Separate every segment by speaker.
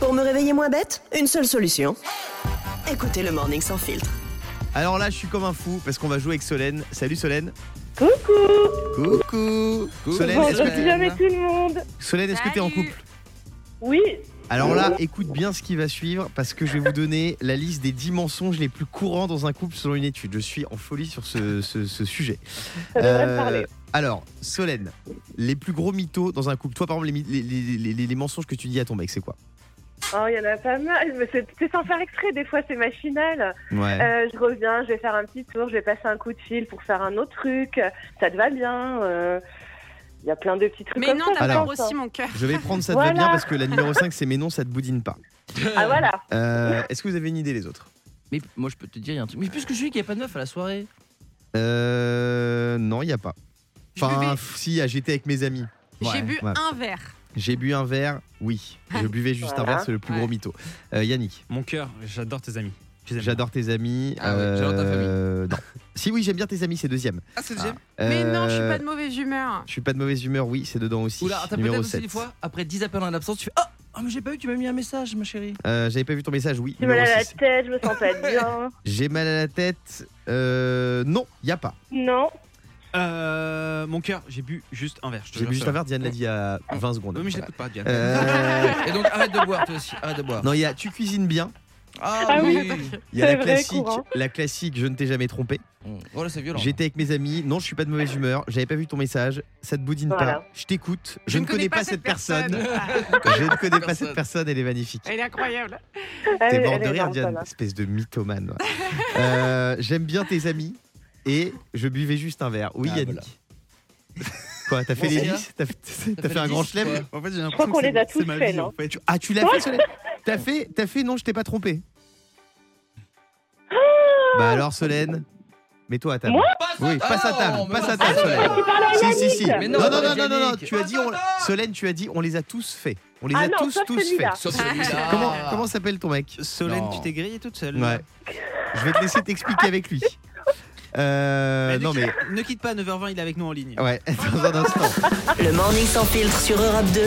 Speaker 1: Pour me réveiller moins bête, une seule solution. Écoutez le Morning Sans Filtre.
Speaker 2: Alors là, je suis comme un fou parce qu'on va jouer avec Solène. Salut Solène.
Speaker 3: Coucou
Speaker 2: Coucou. Solène,
Speaker 3: Bon,
Speaker 2: est-ce
Speaker 3: je dis jamais
Speaker 2: que
Speaker 3: tout le monde
Speaker 2: Solène, est-ce que t'es en
Speaker 4: Salut.
Speaker 2: couple
Speaker 3: Oui,
Speaker 2: Alors là, écoute bien ce qui va suivre parce que je vais vous donner la liste des 10 mensonges les plus courants dans un couple selon une étude. Je suis en folie sur ce, ce- ce sujet.
Speaker 3: ça devrait
Speaker 2: Euh,
Speaker 3: me parler.
Speaker 2: alors, Solène, les plus gros mythos dans un couple. Toi, par exemple, les, myth- les- les- les- les- les mensonges que tu dis à ton mec, c'est quoi
Speaker 3: Oh, il y en a pas mal, mais c'est c'est sans faire exprès, des fois c'est machinal.
Speaker 2: Ouais.
Speaker 3: Euh, je reviens, je vais faire un petit tour, je vais passer un coup de fil pour faire un autre truc, ça te va bien euh, Il y a plein de petits trucs
Speaker 4: Mais
Speaker 3: comme
Speaker 4: non,
Speaker 3: ça.
Speaker 4: t'as
Speaker 2: Alors.
Speaker 4: pas
Speaker 3: je pense, hein.
Speaker 4: grossi mon cœur.
Speaker 2: Je vais prendre ça de
Speaker 3: Voilà.
Speaker 2: bien parce que la numéro 5, c'est mais non, ça te boudine pas.
Speaker 3: hein. Ah voilà
Speaker 2: Euh, Est-ce que vous avez une idée, les autres
Speaker 5: Mais moi, je peux te dire, il y a un truc. Mais puisque je suis qu'il n'y a pas de meuf à la soirée.
Speaker 2: Euh. Non, il n'y a pas.
Speaker 4: Je
Speaker 2: Enfin,
Speaker 4: buvais-
Speaker 2: pff, si, ah, j'étais avec mes amis. Ouais,
Speaker 4: J'ai bu
Speaker 2: ouais.
Speaker 4: un verre.
Speaker 2: J'ai bu un verre, oui. Je buvais juste un
Speaker 3: Voilà.
Speaker 2: verre, c'est le plus
Speaker 4: Ouais.
Speaker 2: gros mytho. Euh, Yannick,
Speaker 6: Mon cœur, j'adore tes amis. Je les aime.
Speaker 2: j'adore tes amis. euh,
Speaker 5: Ah ouais, j'adore ta
Speaker 2: Non. Si, oui, j'aime bien tes amis, c'est deuxième.
Speaker 5: Ah, c'est le deuxième
Speaker 4: Mais non, je suis
Speaker 2: Euh,
Speaker 4: pas de mauvaise humeur.
Speaker 2: je suis pas de mauvaise humeur, oui, c'est dedans aussi.
Speaker 5: Oula, t'as
Speaker 2: Numéro
Speaker 5: peut-être aussi
Speaker 2: 7.
Speaker 5: des fois, après 10 appels en absence, tu fais Oh, oh mais j'ai pas eu, tu m'as mis un message, ma chérie.
Speaker 2: Euh, J'avais pas vu ton message, oui.
Speaker 3: J'ai mal
Speaker 2: numéro
Speaker 3: à la
Speaker 2: six.
Speaker 3: tête, je me sens pas bien.
Speaker 2: J'ai mal à la tête. Euh, non, y a pas.
Speaker 3: Non,
Speaker 6: Euh, mon cœur, j'ai bu juste un verre. je te
Speaker 2: J'ai
Speaker 6: jure,
Speaker 2: bu juste
Speaker 6: ça
Speaker 2: un
Speaker 6: va.
Speaker 2: verre, Diane l'a dit il y a 20 secondes.
Speaker 6: Oui, mais je l'écoute pas, Diane.
Speaker 2: Euh,
Speaker 5: Et donc, arrête de boire, toi aussi, arrête de boire.
Speaker 2: non, il y a tu cuisines bien.
Speaker 5: Ah,
Speaker 3: Ah
Speaker 5: oui.
Speaker 2: Il y a la
Speaker 3: C'est vrai,
Speaker 2: classique,
Speaker 3: courant.
Speaker 2: la classique, je ne t'ai jamais trompé.
Speaker 5: Oh là, c'est violent.
Speaker 2: J'étais avec mes amis, non, je suis pas de mauvaise humeur, j'avais pas vu ton message, ça te boudine
Speaker 3: Voilà.
Speaker 2: pas, je t'écoute, je, ne connais, pas cette personne,
Speaker 4: Ah,
Speaker 2: je ne connais pas
Speaker 5: Personne.
Speaker 2: cette personne, elle est magnifique.
Speaker 4: Elle est incroyable.
Speaker 3: Elle
Speaker 2: T'es
Speaker 3: est-
Speaker 2: mort
Speaker 3: elle
Speaker 2: de
Speaker 3: est
Speaker 2: rire,
Speaker 3: énorme,
Speaker 2: Diane,
Speaker 3: celle-là.
Speaker 2: espèce de mythomane. va. Euh, J'aime bien tes amis et je buvais juste un verre. Oui,
Speaker 5: Ah,
Speaker 2: Yannick. Quoi, t'as fait
Speaker 5: Bon,
Speaker 2: les
Speaker 5: c'est là.
Speaker 2: 10 T'as fait, t'as
Speaker 5: fait
Speaker 2: fait un
Speaker 5: les
Speaker 2: grand
Speaker 5: 10,
Speaker 2: chelem
Speaker 5: quoi.
Speaker 6: En fait, j'ai l'impression
Speaker 3: crois qu'on
Speaker 6: que
Speaker 3: les
Speaker 6: c'est-
Speaker 3: a tous
Speaker 6: c'est ma
Speaker 3: fait,
Speaker 6: vie,
Speaker 3: non
Speaker 6: en fait.
Speaker 2: Ah, tu l'as fait, Solène T'as fait, t'as fait, non, je t'ai pas trompé.
Speaker 3: Ah
Speaker 2: Bah alors, Solène, mets-toi à table.
Speaker 3: Moi
Speaker 5: Passe Oh,
Speaker 2: Oui, passe à table, passe à
Speaker 5: Ah
Speaker 2: table, Solène.
Speaker 3: Tu parles à
Speaker 2: Si, si,
Speaker 3: Yannick
Speaker 2: si.
Speaker 5: Mais
Speaker 2: non,
Speaker 5: non,
Speaker 2: non,
Speaker 5: pas
Speaker 2: non, non,
Speaker 5: Yannick.
Speaker 2: non, non, tu as dit, on-
Speaker 5: Attends.
Speaker 2: Solène, tu as dit, on les a tous faits. On les
Speaker 3: Ah
Speaker 2: a
Speaker 3: non,
Speaker 2: tous,
Speaker 3: sauf
Speaker 2: tous faits.
Speaker 3: celui-là. Ah.
Speaker 5: Sauf celui-là.
Speaker 2: Comment, comment s'appelle ton mec
Speaker 6: Solène,
Speaker 5: Non.
Speaker 6: tu t'es grillée toute seule.
Speaker 2: Ouais. Je vais te laisser t'expliquer avec lui. Euh,
Speaker 6: Mais ne
Speaker 2: non, mais.
Speaker 6: quitte- Ne quitte pas, 9h20, il est avec nous en ligne.
Speaker 2: Ouais, dans un instant.
Speaker 1: Le Morning Sans Filtre sur Europe 2.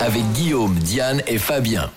Speaker 7: Avec Guillaume, Diane et Fabien.